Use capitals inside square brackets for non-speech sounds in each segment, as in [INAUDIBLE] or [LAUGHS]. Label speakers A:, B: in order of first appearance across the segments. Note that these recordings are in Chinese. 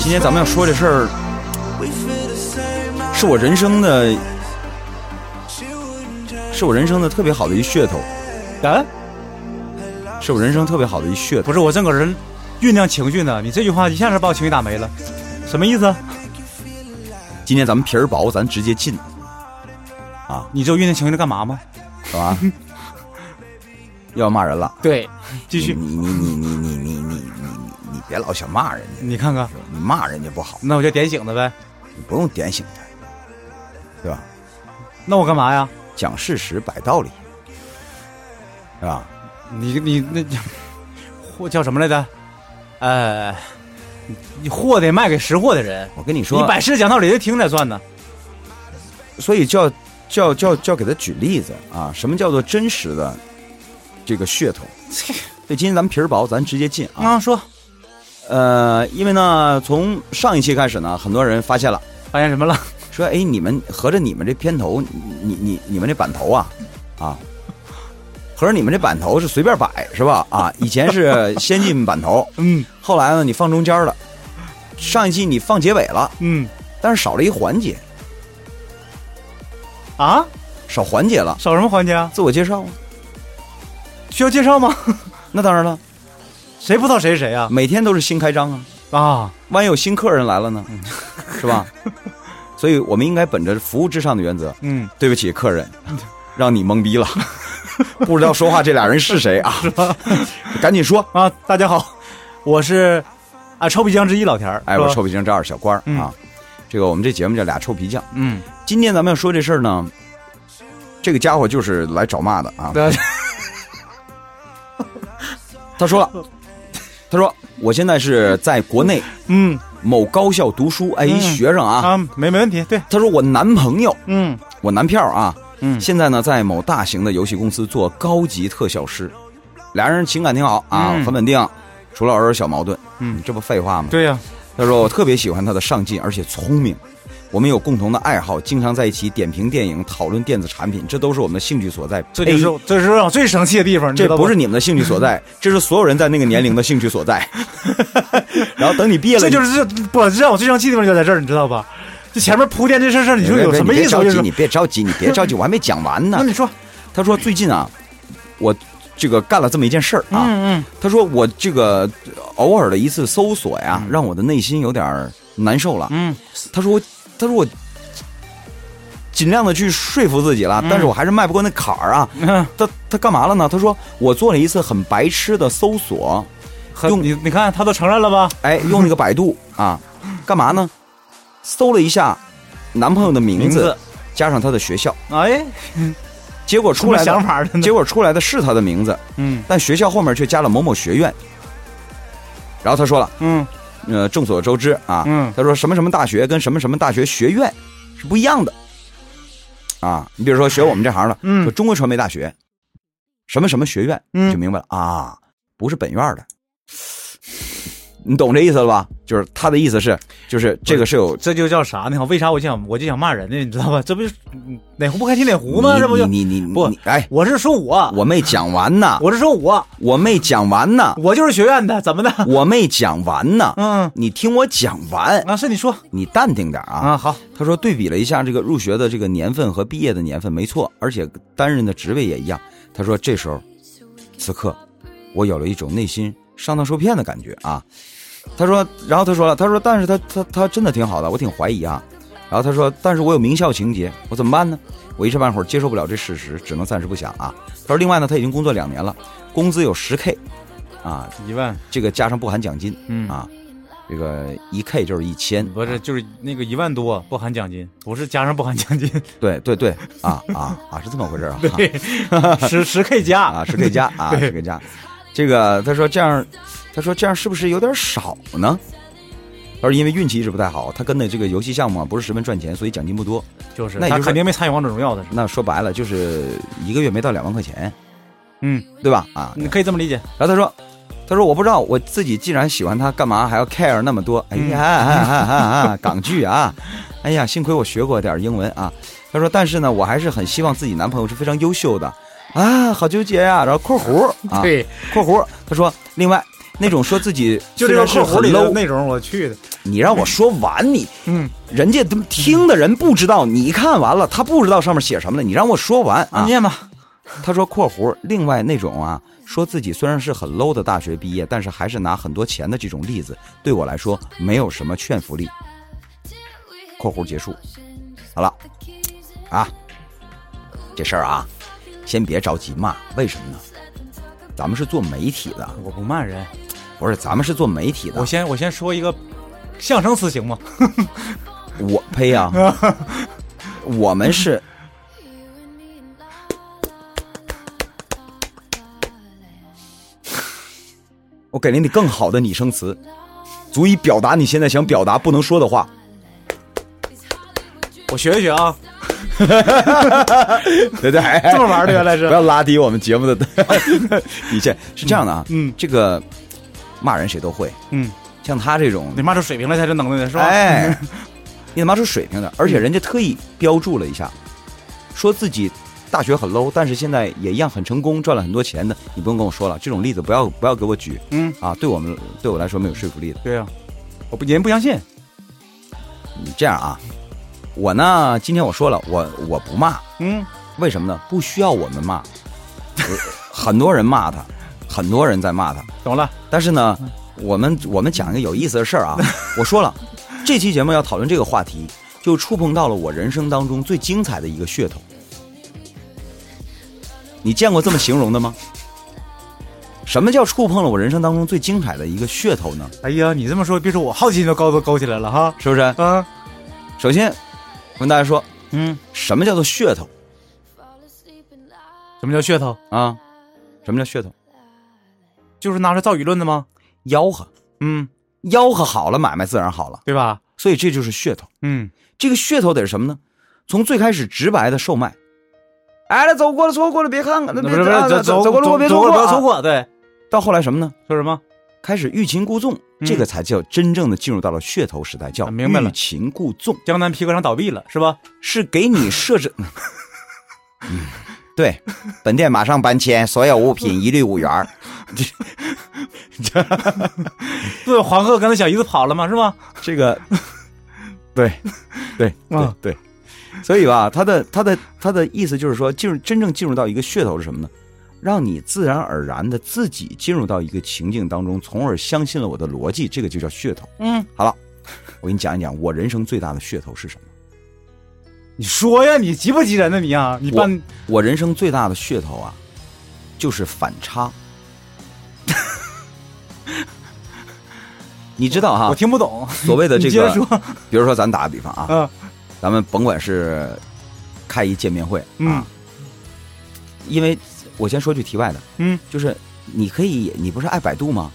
A: 今天咱们要说这事儿，是我人生的，是我人生的特别好的一噱头，
B: 啊，
A: 是我人生特别好的一噱头。
B: 不是我正搁这儿酝酿情绪呢，你这句话一下子把我情绪打没了，什么意思？
A: 今天咱们皮儿薄，咱直接进，
B: 你这酝酿情绪干嘛吗？
A: 好
B: [LAUGHS]
A: 吧？又要骂人了，
B: 对，继续，
A: 你你你你你你你你你别老想骂人家，
B: 你看看，
A: 你骂人家不好，
B: 那我就点醒他呗，
A: 你不用点醒他，对吧？
B: 那我干嘛呀？
A: 讲事实，摆道理，是吧？
B: 你你那货叫什么来着？呃，你货得卖给识货的人，
A: 我跟你
B: 你
A: 说，
B: 摆事讲道理就听着算呢。
A: 所以就要就要就要就要给他举例子啊，什么叫做真实的这个血统？对，今天咱们皮儿薄，咱直接进啊。
B: 啊，说
A: 呃，因为呢，从上一期开始呢，很多人发现了，
B: 发现什么了？
A: 说哎，你们合着你们这片头，你你你你们这版头啊，啊，合着你们这版头是随便摆是吧？啊，以前是先进版头，
B: 嗯
A: 后来呢你放中间了，上一期你放结尾了，
B: 嗯
A: 但是少了一环节，
B: 啊，
A: 少环节了，
B: 少什么环节啊？
A: 自我介绍啊，
B: 需要介绍吗？ [LAUGHS]
A: 那当然了，
B: 谁不知道谁是谁啊？
A: 每天都是新开张啊。
B: 啊，
A: 万一有新客人来了呢，
B: 嗯
A: [LAUGHS] 是吧？所以我们应该本着服务至上的原则，
B: 嗯，
A: 对不起客
B: [LAUGHS]
A: 人，让你懵逼了，不知道说话这俩人是谁啊？ [LAUGHS] 赶紧说，
B: 啊，大家好，我是啊臭皮匠之一老田儿。
A: 哎，
B: 是吧
A: 我臭皮匠这二小官儿、
B: 嗯
A: 啊，这个我们这节目叫俩臭皮匠。
B: 嗯，
A: 今天咱们要说这事儿呢，这个家伙就是来找骂的啊。
B: 对，
A: 他说了，他说我现在是在国内
B: [LAUGHS] 嗯
A: 某高校读书，哎，一
B: 嗯
A: 学生啊，
B: 啊，没没问题，对，
A: 他说我男朋友，
B: 嗯
A: 我男票啊，
B: 嗯
A: 现在呢，在某大型的游戏公司做高级特效师，俩人情感挺好啊，
B: 嗯
A: 很稳定，除了偶尔小矛盾，
B: 嗯
A: 你这不废话吗？
B: 对呀、
A: 他说我特别喜欢他的上进，而且聪明。我们有共同的爱好，经常在一起点评电影、讨论电子产品，这都是我们的兴趣所在。
B: 这就是
A: A，
B: 我这是让我最生气的地方，你知
A: 这
B: 道
A: 不是你们的兴趣所
B: [LAUGHS]
A: 在，这是所有人在那个年龄的兴趣所在。然后等你毕业了，
B: 这就是这不这让我最生气的地方就在这儿，你知道吧？这前面铺垫这事儿，你
A: 你
B: 说
A: 别
B: 有什么
A: 别
B: 意思？
A: 别着
B: 我就
A: 急，
B: 说，
A: 你别着急，你别着急，我还没讲完呢
B: 那。你说，
A: 他说最近啊，我这个干了这么一件事儿啊，
B: 嗯
A: 他说我这个呃偶尔的一次搜索呀，让我的内心有点儿难受了。
B: 嗯
A: 他说我，他说我尽量的去说服自己了，但是我还是迈不过那坎儿啊。
B: 嗯，
A: 他他干嘛了呢？他说我做了一次很白痴的搜索，
B: 和
A: 用
B: 你你看他都承认了吧？ [LAUGHS]
A: 哎，用那个百度啊，干嘛呢？搜了一下男朋友的名字，
B: 名字
A: 加上他的学校，
B: 哎，
A: 结果
B: 出
A: 出
B: 了
A: 来
B: 想
A: 的
B: 法了呢
A: 结。果出来的是他的名字，
B: 嗯
A: 但学校后面却加了某某学院。然后他说了。
B: 嗯
A: 呃，众所周知啊，
B: 嗯
A: 他说什么什么大学跟什么什么大学学院是不一样的啊。你比如说学我们这行的，
B: 嗯
A: 说中国传媒大学什么什么学院，你就
B: 嗯
A: 明白了啊，不是本院的。你懂这意思了吧？就是他的意思是，就是这个是有
B: 这就叫啥呢？为啥我就想我就想骂人呢？你知道吧？这不就是嗯哪壶不开提哪壶吗？
A: 你
B: 这不就
A: 你你你
B: 不
A: 你哎，
B: 我是说我
A: 我没讲完呢，
B: 我是说我
A: 我没讲完呢，
B: 我就是学院的，怎么的？
A: 我没讲完呢，
B: 嗯，
A: 你听我讲完，
B: 啊，是你说
A: 你淡定点啊。
B: 啊，好，
A: 他说对比了一下这个入学的这个年份和毕业的年份，没错，而且担任的职位也一样。他说这时候，此刻，我有了一种内心上当受骗的感觉啊。他说，然后他说了，他说，但是他他他真的挺好的，我挺怀疑啊。然后他说，但是我有名校情节，我怎么办呢？我一时半会儿接受不了这事实，只能暂时不想啊。他说，另外呢，他已经工作两年了，工资有十 k，啊，
B: 一万，
A: 这个加上不含奖金
B: 嗯
A: 啊，这个一 k 就是一千，
B: 不是，就是那个一万多不含奖金，不是加上不含奖金，
A: 对对对，啊啊啊，是这么回事儿啊
B: 十十 K 加
A: 啊，是这家啊，是这家。这个他说这样，他说这样是不是有点少呢？他说因为运气一直不太好，他跟的这个游戏项目啊不是十分赚钱，所以奖金不多。
B: 就是
A: 那也
B: 他
A: 就是
B: 肯定没参与王者荣耀的是，
A: 那说白了就是一个月没到两万块钱，
B: 嗯，
A: 对吧？啊，
B: 你可以这么理解，
A: 然后他说，他说我不知道我自己既然喜欢他，干嘛还要 care 那么多？哎呀，啊啊啊
B: [LAUGHS]
A: 啊港剧啊，哎呀，幸亏我学过点英文啊。他说，但是呢，我还是很希望自己男朋友是非常优秀的啊，好纠结呀、然后括弧啊，
B: 对，
A: 括弧他说，另外那种说自己
B: 就这个
A: 虽
B: 客
A: 然是
B: 服
A: 很
B: 里的
A: low，
B: 内容我去的，
A: 你让我说完你，
B: 嗯，
A: 人家都听的人不知道，你看完了他不知道上面写什么了，你让我说完啊
B: 你。念吧，
A: 他说（括弧）另外那种啊，说自己虽然是很 low 的大学毕业，但是还是拿很多钱的这种例子，对我来说没有什么劝服力。（括弧结束）好了，啊，这事儿啊，先别着急骂，为什么呢？咱们是做媒体的，
B: 我不骂人，
A: 不是，咱们是做媒体的
B: 我。先我先说一个相声词行吗？
A: 我呸
B: [LAUGHS]
A: 呀、我们是我给了你更好的拟声词，足以表达你现在想表达不能说的话。
B: 我学一学啊，
A: 对对，
B: [LAUGHS] 这么玩的原来是
A: [LAUGHS] 不要拉低我们节目的 [LAUGHS] 底线。是这样的啊，
B: 嗯嗯
A: 这个骂人谁都会，
B: 嗯，
A: 像他这种
B: 得骂出水平来才是能耐的，是吧？
A: 哎， [LAUGHS] 你得拿出水平的，而
B: 嗯
A: 且人家特意标注了一下，说自己大学很 low，但是现在也一样很成功，赚了很多钱的，你不用跟我说了，这种例子不要不要给我举
B: 嗯，
A: 啊，对我们对我来说没有说服力的。
B: 对呀、我不人不相信，
A: 你这样啊，我呢，今天我说了，我我不骂，
B: 嗯，
A: 为什么呢？不需要我们骂，我 [LAUGHS] 很多人骂他，很多人在骂他，
B: 懂了，
A: 但是呢，我们我们讲一个有意思的事儿啊。我说了，这期节目要讨论这个话题，就触碰到了我人生当中最精彩的一个噱头。你见过这么形容的吗？什么叫触碰了我人生当中最精彩的一个噱头呢？
B: 哎呀，你这么说，别说我好奇心都高都高起来了哈，
A: 是不是？
B: 啊，
A: 首先，我跟大家说，
B: 嗯，
A: 什么叫做噱头
B: 什么叫噱头？
A: 啊？什么叫噱头？
B: 就是拿出来造舆论的吗？
A: 吆喝，
B: 嗯，
A: 吆喝好了，买卖自然好了。
B: 对吧？
A: 所以这就是噱头。
B: 嗯，
A: 这个噱头得是什么呢？从最开始直白的售卖，哎，走过了错过了别看看，那
B: 不
A: 别
B: 是不
A: 啊
B: 是，走
A: 走
B: 走
A: 过
B: 过
A: 路过别
B: 走
A: 过，
B: 过不要
A: 啊
B: 错。过，对，
A: 到后来什么呢？
B: 说什么？
A: 开始欲擒故纵，
B: 嗯
A: 这个才叫真正的进入到了噱头时代，叫
B: 啊明白了
A: 欲擒故纵
B: 江南皮革厂倒闭了是吧？
A: 是给你设
B: [LAUGHS]
A: 置。嗯对，本店马上搬迁，所有物品一律五元
B: [LAUGHS]
A: 儿。
B: 对，黄鹤跟他小姨子跑了嘛是吧？
A: 这个，对，对，对
B: [LAUGHS] 啊，
A: 对，所以吧，他的他的他的意思就是说，进入真正进入到一个噱头是什么呢？让你自然而然的自己进入到一个情境当中，从而相信了我的逻辑，这个就叫噱头。
B: 嗯，
A: 好了，我给你讲一讲我人生最大的噱头是什么。
B: 你说呀，你急不急人呢你啊？你办
A: 我人生最大的噱头啊，就是反差。 [LAUGHS] 你知道
B: 我
A: 哈，
B: 听不懂，
A: 所谓的
B: 你
A: 这
B: 接着
A: 个，
B: 说，
A: 比如说咱打个比方啊，
B: 啊，
A: 咱们甭管是开一见面会
B: 嗯
A: 啊，因为我先说句题外的，
B: 嗯，
A: 就是你可以，你不是爱百度吗？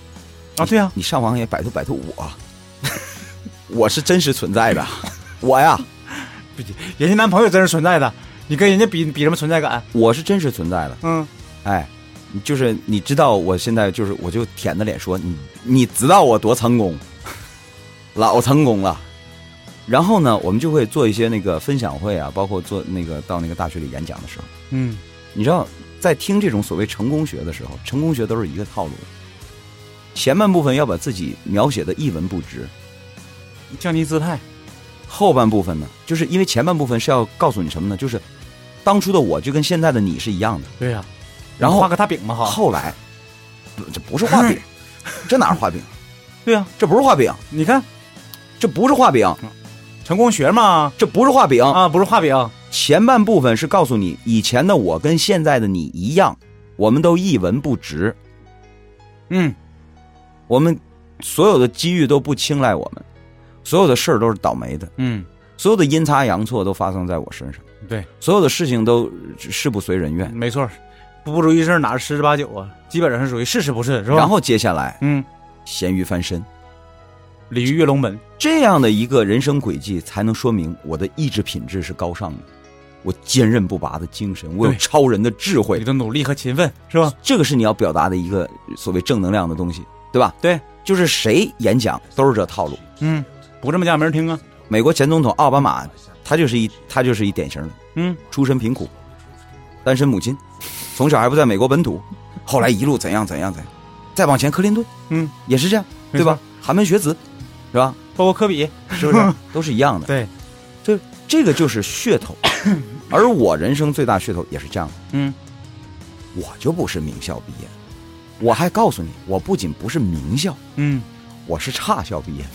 B: 啊对呀、
A: 你上网也百度百度我， [LAUGHS] 我是真实存在的，我呀，
B: 人家男朋友真是存在的，你跟人家比比什么存在感？
A: 我是真实存在的。
B: 嗯，
A: 哎，就是你知道，我现在就是，我就舔着脸说你，你知道我多成功， [LAUGHS] 老成功了。然后呢，我们就会做一些那个分享会啊，包括做那个到那个大学里演讲的时候，
B: 嗯，
A: 你知道，在听这种所谓成功学的时候，成功学都是一个套路。前半部分要把自己描写的一文不值，
B: 降低姿态，
A: 后半部分呢，就是因为前半部分是要告诉你什么呢？就是当初的我就跟现在的你是一样的。
B: 对呀、
A: 然后
B: 画个大饼嘛哈，
A: 后来，不这不是画 [LAUGHS] 饼，这哪是画饼？
B: 对呀、
A: 这不是画饼，
B: 你看
A: 这不是画饼，
B: 成功学嘛，
A: 这不是画饼。
B: 啊，不是画饼，
A: 前半部分是告诉你，以前的我跟现在的你一样，我们都一文不值，
B: 嗯，
A: 我们所有的机遇都不青睐我们，所有的事儿都是倒霉的，
B: 嗯，
A: 所有的阴差阳错都发生在我身上，
B: 对，
A: 所有的事情都事不随人愿。
B: 没错，不如意事儿哪是十之八九啊？基本上是属于是是不是是吧？
A: 然后接下来
B: 嗯，
A: 咸鱼翻身，
B: 鲤鱼跃龙门，
A: 这样的一个人生轨迹，才能说明我的意志品质是高尚的，我坚韧不拔的精神，我有
B: 对
A: 超人的智慧
B: 你，的努力和勤奋是吧？
A: 这个是你要表达的一个所谓正能量的东西，对吧？
B: 对，
A: 就是谁演讲都是这套路。
B: 嗯，不这么讲没人听啊，
A: 美国前总统奥巴马，他就是一他就是一典型的，
B: 嗯，
A: 出身贫苦，单身母亲，从小还不在美国本土，后来一路怎样怎样怎样，再往前，克林顿
B: 嗯，
A: 也是这样，
B: 没
A: 对
B: 错
A: 吧？寒门学子，是吧？
B: 包括科比，
A: 是不
B: [LAUGHS]
A: 是都是一样的？
B: 对，
A: 这这个就是噱头。而我人生最大噱头也是这样的，
B: 嗯，
A: 我就不是名校毕业的，我还告诉你，我不仅不是名校，
B: 嗯，
A: 我是差校毕业的，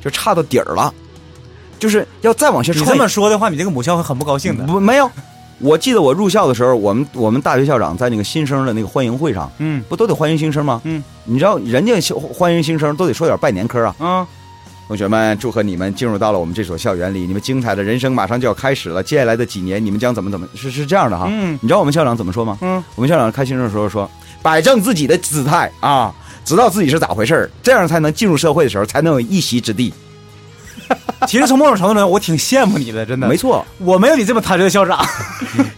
A: 就差到底儿了，就是要再往下
B: 你
A: 穿。
B: 这么说的话，你这个母校会很不高兴的。
A: 不没有，我记得我入校的时候，我们我们大学校长在那个新生的那个欢迎会上，
B: 嗯
A: 不都得欢迎新生吗？
B: 嗯，
A: 你知道人家新欢迎新生都得说点拜年嗑啊。
B: 啊，
A: 同学们，祝贺你们进入到了我们这所校园里，你们精彩的人生马上就要开始了。接下来的几年，你们将怎么怎么是是这样的哈。
B: 嗯
A: 你知道我们校长怎么说吗？
B: 嗯，
A: 我们校长开新生的时候说，摆正自己的姿态啊，知道自己是咋回事儿，这样才能进入社会的时候才能有一席之地。
B: [LAUGHS] 其实从某种程度上，我挺羡慕你的，真的。
A: 没，错，
B: 我没有你这么坦率的校长。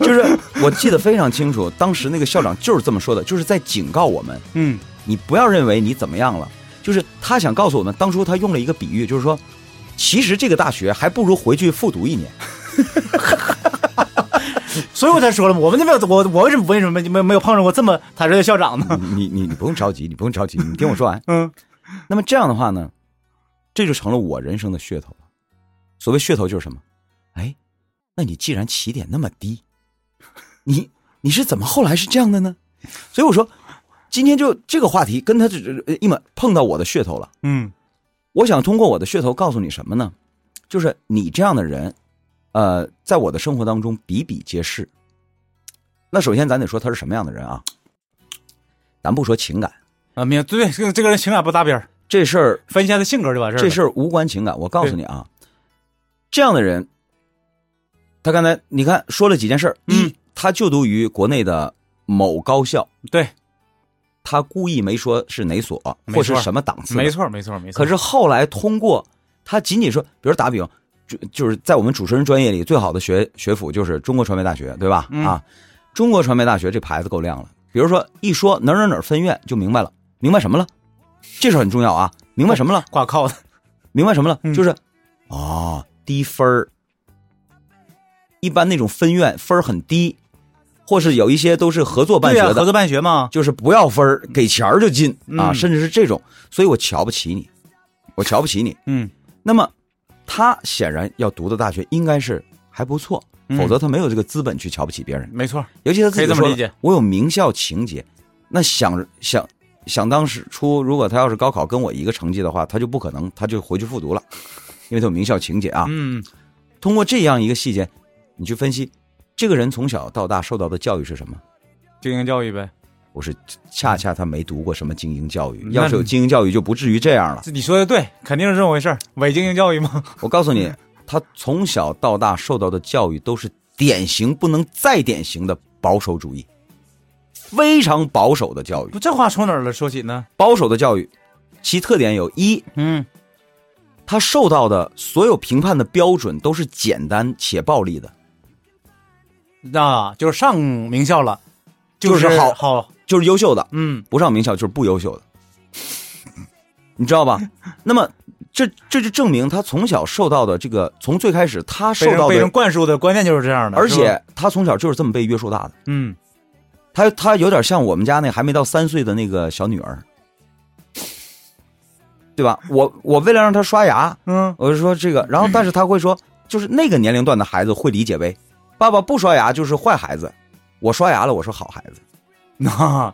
A: 就是我记得非常清楚，当时那个校长就是这么说的，就是在警告我们，
B: [LAUGHS] 嗯
A: 你不要认为你怎么样了，就是他想告诉我们，当初他用了一个比喻，就是说，其实这个大学还不如回去复读一年。
B: 所以我才说了嘛，我们就没有我我为什么为什么没有没有碰上过这么坦率的校长呢？
A: 你你你不用着急，你不用着急，你听我说完。
B: 嗯
A: 那么这样的话呢，这就成了我人生的噱头了。所谓噱头就是什么？哎，那你既然起点那么低，你你是怎么后来是这样的呢？所以我说，今天就这个话题跟他这这一马碰到我的噱头了。
B: [LAUGHS] 嗯
A: 我想通过我的噱头告诉你什么呢？就是你这样的人，呃，在我的生活当中比比皆是。那首先咱得说他是什么样的人啊？咱不说情感
B: 啊，明对这个这个人情感不搭边儿，
A: 这事儿，
B: 分析他的性格就完事儿了。
A: 这事儿无关情感。我告诉你啊，这样的人，他刚才你看说了几件事儿。
B: 嗯
A: 一，他就读于国内的某高校，
B: 对，
A: 他故意没说是哪所
B: 没错
A: 或是什么档次的，
B: 没错没错没错。
A: 可是后来通过他仅仅说，比如打比方，就就是在我们主持人专业里最好的学学府就是中国传媒大学，对吧？
B: 嗯
A: 啊，中国传媒大学这牌子够亮了。比如说一说哪儿哪儿哪儿分院，就明白了，明白什么了？这事儿很重要啊！明白什么了？
B: 挂靠的，
A: 明白什么了？
B: 嗯
A: 就是啊，低分儿。一般那种分院分儿很低，或是有一些都是合作办
B: 对
A: 学
B: 呀、
A: 的
B: 合，作 [LAUGHS] 办学嘛。
A: 就是不要分儿，给钱儿就进啊，
B: 嗯
A: 甚至是这种，所以我瞧不起你，我瞧不起你。
B: 嗯，
A: 那么他显然要读的大学应该是还不错，
B: 嗯
A: 否则他没有这个资本去瞧不起别人。
B: 没错，
A: 尤其他自己
B: 可以这么
A: 说
B: 理解
A: 了我有名校情节。那想想想当时初，如果他要是高考跟我一个成绩的话，他就不可能，他就回去复
B: [LAUGHS]
A: 读了，因为他有名校情节啊。
B: 嗯，
A: 通过这样一个细节，你去分析这个人从小到大受到的教育是什么？
B: 精英教育呗。
A: 不是，恰恰他没读过什么精英教育。
B: 嗯那
A: 要是有精英教育，就不至于这样了。
B: 这你说的对，肯定是这么回事儿，伪精英教育嘛。 [LAUGHS]
A: 我告诉你，他从小到大受到的教育都是典型不能再典型的保守主义，非常保守的教育。
B: 不，这话从哪儿了说起呢？
A: 保守的教育，其特点有一，
B: 嗯，
A: 他受到的所有评判的标准都是简单且暴力的，
B: 那啊就是上名校了，
A: 就是是好
B: 好，
A: 就是优秀的；
B: 嗯，
A: 不上名校就是不优秀的， [LAUGHS] 你知道
B: [LAUGHS]
A: 吧？那么这这就证明他从小受到的这个，从最开始他受
B: 被人
A: 到
B: 被人
A: 的，
B: 灌输的观念就是这样的，
A: 而
B: 是吧
A: 且他从小就是这么被约束大的。
B: 嗯，
A: 他他有点像我们家那还没到三岁的那个小女儿，对吧？我我为了让她刷牙，
B: 嗯 [LAUGHS]
A: 我就说这个，然后但是他会说，就是那个年龄段的孩子会理解为，爸爸不刷牙就是坏孩子，我刷牙了我是好孩子，
B: 那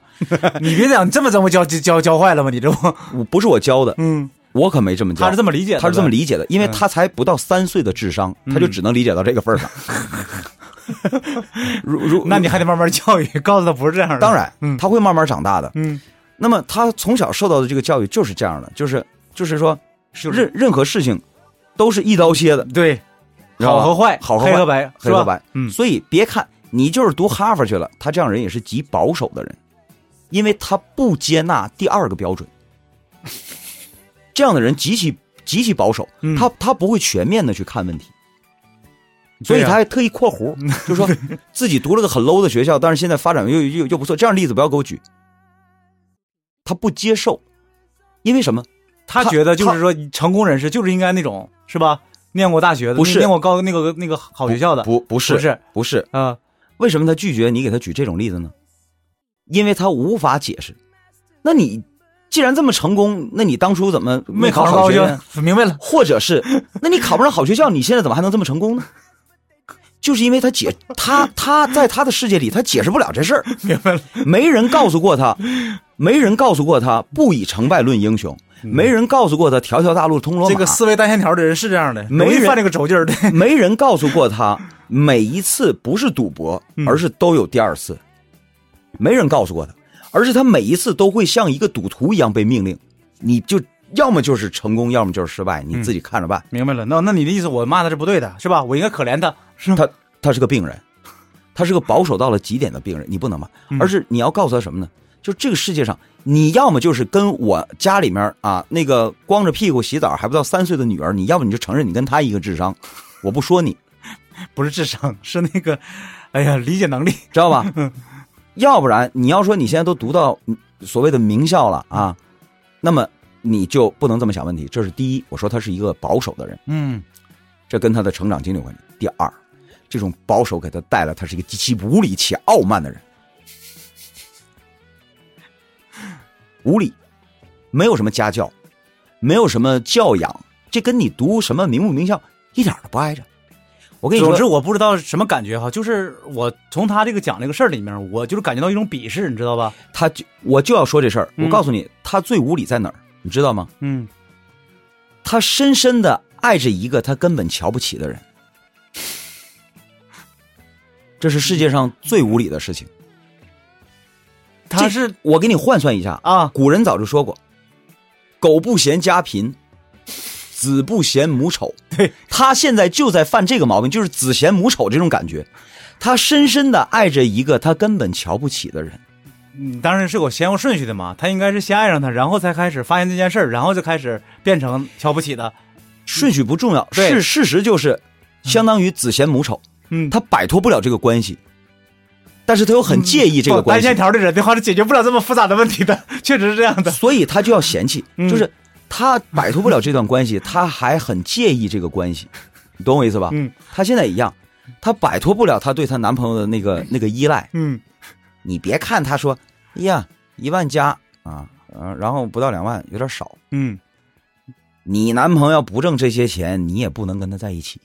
B: 你别讲这么这么教教教坏了吗？你这不，
A: 我不是我教的，
B: 嗯，
A: 我可没这么教，
B: 他是这么理嗯解的，
A: 他是这么
B: 理，
A: 理解的，因为他才不到三岁的智商，他就只能理解到这个份儿上。
B: [LAUGHS]
A: 如如
B: 那你还得慢慢教育， [LAUGHS] 告诉他不是这样的。
A: 当，然
B: 嗯，
A: 他会慢慢长大的。
B: 嗯，
A: 那么他从小受到的这个教育就是这样的，就是就是说。
B: 就是
A: 任任何事情都是一刀切的，
B: 对，
A: 知道吧
B: 好和坏，
A: 好和
B: 黑
A: 坏
B: 和白，是
A: 黑
B: 吧
A: 和白。
B: 嗯
A: 所以别看你就是读哈佛去了，他这样人也是极保守的人，因为他不接纳第二个标准。 [LAUGHS] 这样的人极其极其保守，
B: 嗯
A: 他他不会全面的去看问题，所
B: 对啊
A: 以
B: 呀
A: 他还特意括
B: [LAUGHS]
A: 弧，就说自己读了个很 low 的学校，但是现在发展又又又不错。这样的例子不要给我举，他不接受，因为什么？
B: 他
A: 他
B: 觉得就
A: 他
B: 是说，成功人士就是应该那种是吧？念过大学的，
A: 不是
B: 念过高那个那个好学校的，
A: 不不是
B: 不是
A: 不是，
B: 啊，
A: 为什么他拒绝你给他举这种例子呢？因为他无法解释，那你既然这么成功，那你当初怎么
B: 没
A: 考
B: 考上
A: 好
B: 高
A: 学
B: 校
A: 呢？
B: [LAUGHS]
C: 明白了，
A: 或者是，那你考不上好学校，你现在怎么还能这么成功呢？就是因为他解他他在他的世界里，他解释不了这事儿，
C: 明白了。
A: 没人告诉过他，没人告诉过他不以成败论英雄，没人告诉过他条条大路通罗马，
C: 这个思维单线条的人是这样的，
A: 没
C: 容易
A: 人
C: 犯这个轴劲儿的。
A: 没人告诉过他每一次不是赌博，而是都有第二次，没人告诉过他，而是他每一次都会像一个赌徒一样被命令，你就要么就是成功，要么就是失败，你自己看着办。
B: 明白了，那那你的意思，我骂他是不对的，是吧？我应该可怜他，是吧？
A: 他他是个病人，他是个保守到了极点的病人，你不能骂，而是你要告诉他什么呢？就这个世界上，你要么就是跟我家里面啊那个光着屁股洗澡还不到三岁的女儿，你要么你就承认你跟她一个智商，我不说你，
B: 不是智商， [LAUGHS] 是那个，哎呀，理解能力。
A: 知道吧？要不然你要说你现在都读到嗯所谓的名校了啊，那么你就不能这么想问题。这是第一，我说他是一个保守的人，
B: 嗯，
A: 这跟他的成长经历有关系。第二，这种保守给他带来他是一个极其无理且傲慢的人，无理，没有什么家教，没有什么教养，这跟你读什么名不名校一点儿都不挨着。我跟你说
B: 总之，我不知道什么感觉哈，就是我从他这个讲这个事儿里面，我就是感觉到一种鄙视，你知道吧？
A: 他就我就要说这事儿，
B: 嗯
A: 我告诉你，他最无理在哪儿，你知道吗？
B: 嗯，
A: 他深深的爱着一个他根本瞧不起的人，这是世界上最无理的事情。
B: 他是
A: 我给你换算一下，
B: 啊，
A: 古人早就说过：“狗不嫌家贫，子不嫌母
B: [LAUGHS]
A: 丑。”对，他现在就在犯这个毛病，就是子嫌母丑这种感觉。他深深的爱着一个他根本瞧不起的人。
B: 你嗯当然是有先后顺序的嘛，他应该是先爱上他，然后才开始发现这件事儿，然后就开始变成瞧不起的。
A: 顺序不重要，
B: 对
A: 事事实就是，相当于子嫌母丑，
B: 嗯
A: 他摆脱不了这个关系，但是他又很介意这个
B: 不
A: 关
B: 单
A: 系
B: 线，哦条的人的话是解决不了这么复杂的问题的，确实是这样的。
A: 所以他就要嫌弃，
B: 嗯
A: 就是他摆脱不了这段关系，他还很介意这个关系，你懂我意思吧？
B: 嗯，
A: 他现在一样，他摆脱不了他对她男朋友的那个那个依赖。
B: 嗯，
A: 你别看他说，哎呀，一万加啊，呃然后不到两万有点少，
B: 嗯，
A: 你男朋友不挣这些钱，你也不能跟他在一起，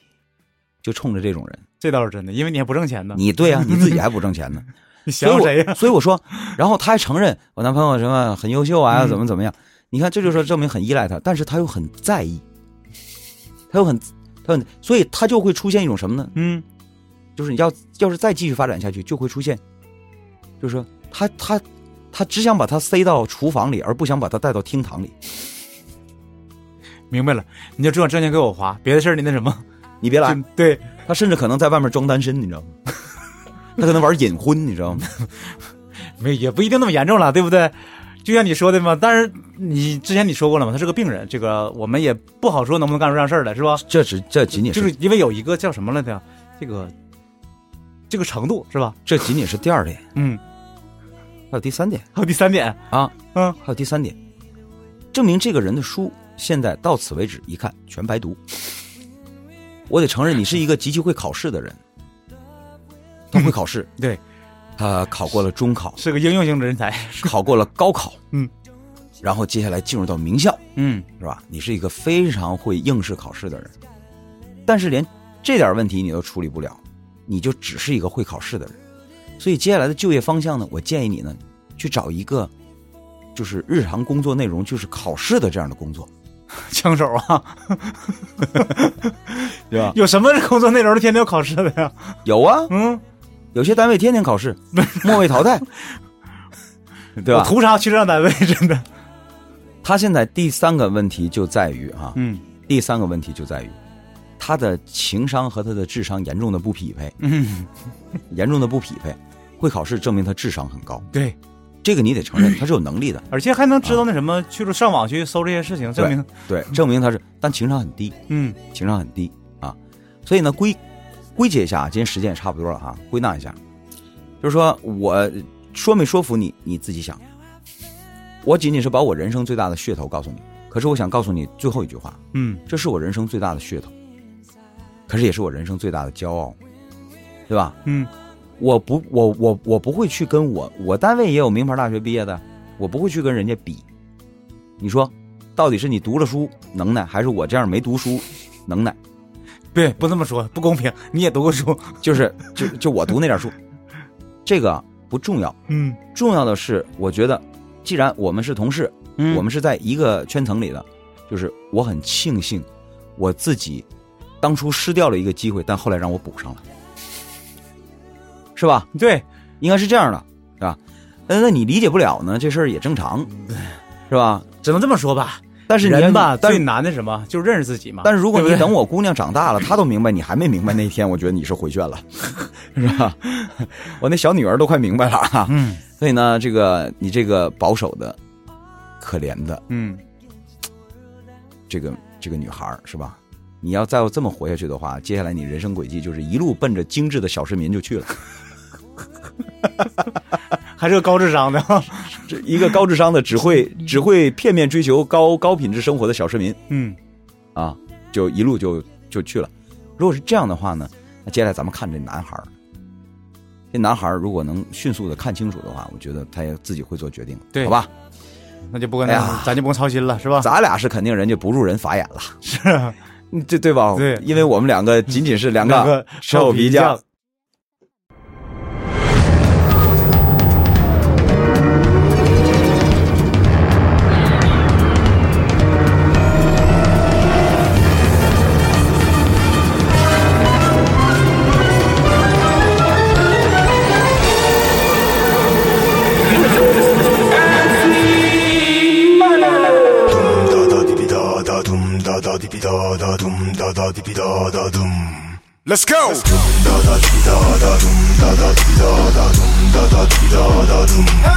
A: 就冲着这种人。
B: 这倒是真的，因为你还不挣钱呢，
A: 你对呀、你自己还不挣钱呢，
B: 你
A: 所以
B: 想
A: 我
B: 谁呀、
A: 所以我说，然后他还承认我男朋友什么很优秀
B: 嗯
A: 啊，怎么怎么样？你看，这就是证明很依赖他，但是他又很在意，他又很，他很，所以他就会出现一种什么呢？
B: 嗯，
A: 就是你要要是再继续发展下去，就会出现，就是说他他他只想把他塞到厨房里，而不想把他带到厅堂里。
B: 明白了，你就只管挣钱给我花，别的事儿你那什么，
A: [LAUGHS] 你别来
B: 就，对，
A: 他甚至可能在外面装单身，你知道吗？他可能玩隐婚，你知道
B: [LAUGHS]
A: 吗？
B: 没也不一定那么严重了，对不对？就像你说的嘛，但是你之前你说过了嘛，他是个病人，这个我们也不好说能不能干出这样事儿来，是吧？
A: 这只这仅仅
B: 就是是因为有一个叫什么来着，这个这个程度是吧？
A: 这仅仅是第二点，
B: 嗯，
A: 还有第三点。
B: 还有第三点，
A: 啊，
B: 嗯，
A: 还有第三点，证明这个人的书现在到此为止一看全白读。我得承认，你是一个极其会考试的人，他会考试，
B: 嗯对，
A: 他考过了中考，
B: 是个应用型的人才，
A: 考过了高考，
B: 嗯，
A: 然后接下来进入到名校，
B: 嗯，
A: 是吧？你是一个非常会应试考试的人，但是连这点问题你都处理不了，你就只是一个会考试的人。所以接下来的就业方向呢，我建议你呢，去找一个就是日常工作内容就是考试的这样的工作，
B: 枪手啊，
A: 对吧？
B: 有什么工作内容天天要考试的呀？
A: 有啊，
B: 嗯，
A: 有些单位天天考 [LAUGHS] 试，末位淘 [LAUGHS] 汰，对
B: 我
A: 吧？
B: 图啥去这样单位？真的，
A: 他现在第三个问题就在于啊，
B: 嗯
A: 第三个问题就在于他的情商和他的智商严重的不匹配。
B: 嗯，
A: 严重的不匹配。会考试证明他智商很高，
B: 对，
A: 这个你得承
B: 嗯
A: 认，他是有能力的。
B: 而且还能知道那什么，去了上网去搜这些事情，证明，
A: 对，证明他是，但情商很低，
B: 嗯
A: 情商很低啊。所以呢，归归结一下啊，今天时间也差不多了啊，归纳一下，就是说我说没说服你，你自己想。我仅仅是把我人生最大的噱头告诉你，可是我想告诉你最后一句话，
B: 嗯，
A: 这是我人生最大的噱头，可是也是我人生最大的骄傲，对吧？
B: 嗯，
A: 我不，我我我不会去跟我我单位也有名牌大学毕业的，我不会去跟人家比。你说，到底是你读了书能耐，还是我这样没读书能耐？
B: 对，不这么说不公平。你也读过 [LAUGHS] 书，
A: 就是就就我读那点书，这个不重要，
B: 嗯
A: 重要的是我觉得，既然我们是同事，
B: 嗯
A: 我们是在一个圈层里的，就是我很庆幸我自己当初失掉了一个机会，但后来让我补上了，是吧？
B: 对，
A: 应该是这样的，是吧？呃那那你理解不了呢，这事儿也正常，是吧？
B: 只能这么说吧。
A: 但是你
B: 嗯人吧，
A: 但
B: 最
A: 是
B: 难的是什么，就认识自己嘛。
A: 但是如果
B: 对不
A: 你
B: 对
A: 等我姑娘长大了，她都明白，你还没明白那一天，我觉得你是回旋了，是吧？我那小女儿都快明白了啊。
B: 嗯
A: 所以呢，这个你这个保守的、可怜的
B: 嗯，
A: 这个这个女孩儿是吧？你要再要这么活下去的话，接下来你人生轨迹就是一路奔着精致的小市民就去了。
B: 还是个高智商的。
A: 这一个高智商的只会只会片面追求高高品质生活的小市民
B: [LAUGHS] 嗯，
A: 啊，就一路就就去了。如果是这样的话呢，那接下来咱们看这男孩儿，这男孩儿如果能迅速的看清楚的话，我觉得他也自己会做决定，
B: 对
A: 好吧？
B: 那就不跟
A: 哎呀
B: 他，咱就不用操心了，是吧？
A: 咱俩是肯定人家不入人法眼了，是，对对吧？
B: 对
A: 因为我们两个仅仅是两
B: 两
A: 个
B: 个
A: 臭皮匠。
D: Dum da da di bi da da dum da da di bi da da dum da da di bi da da dum. Let's go. Dum da da di bi da da dum da da di bi da da dum da da di bi da da dum.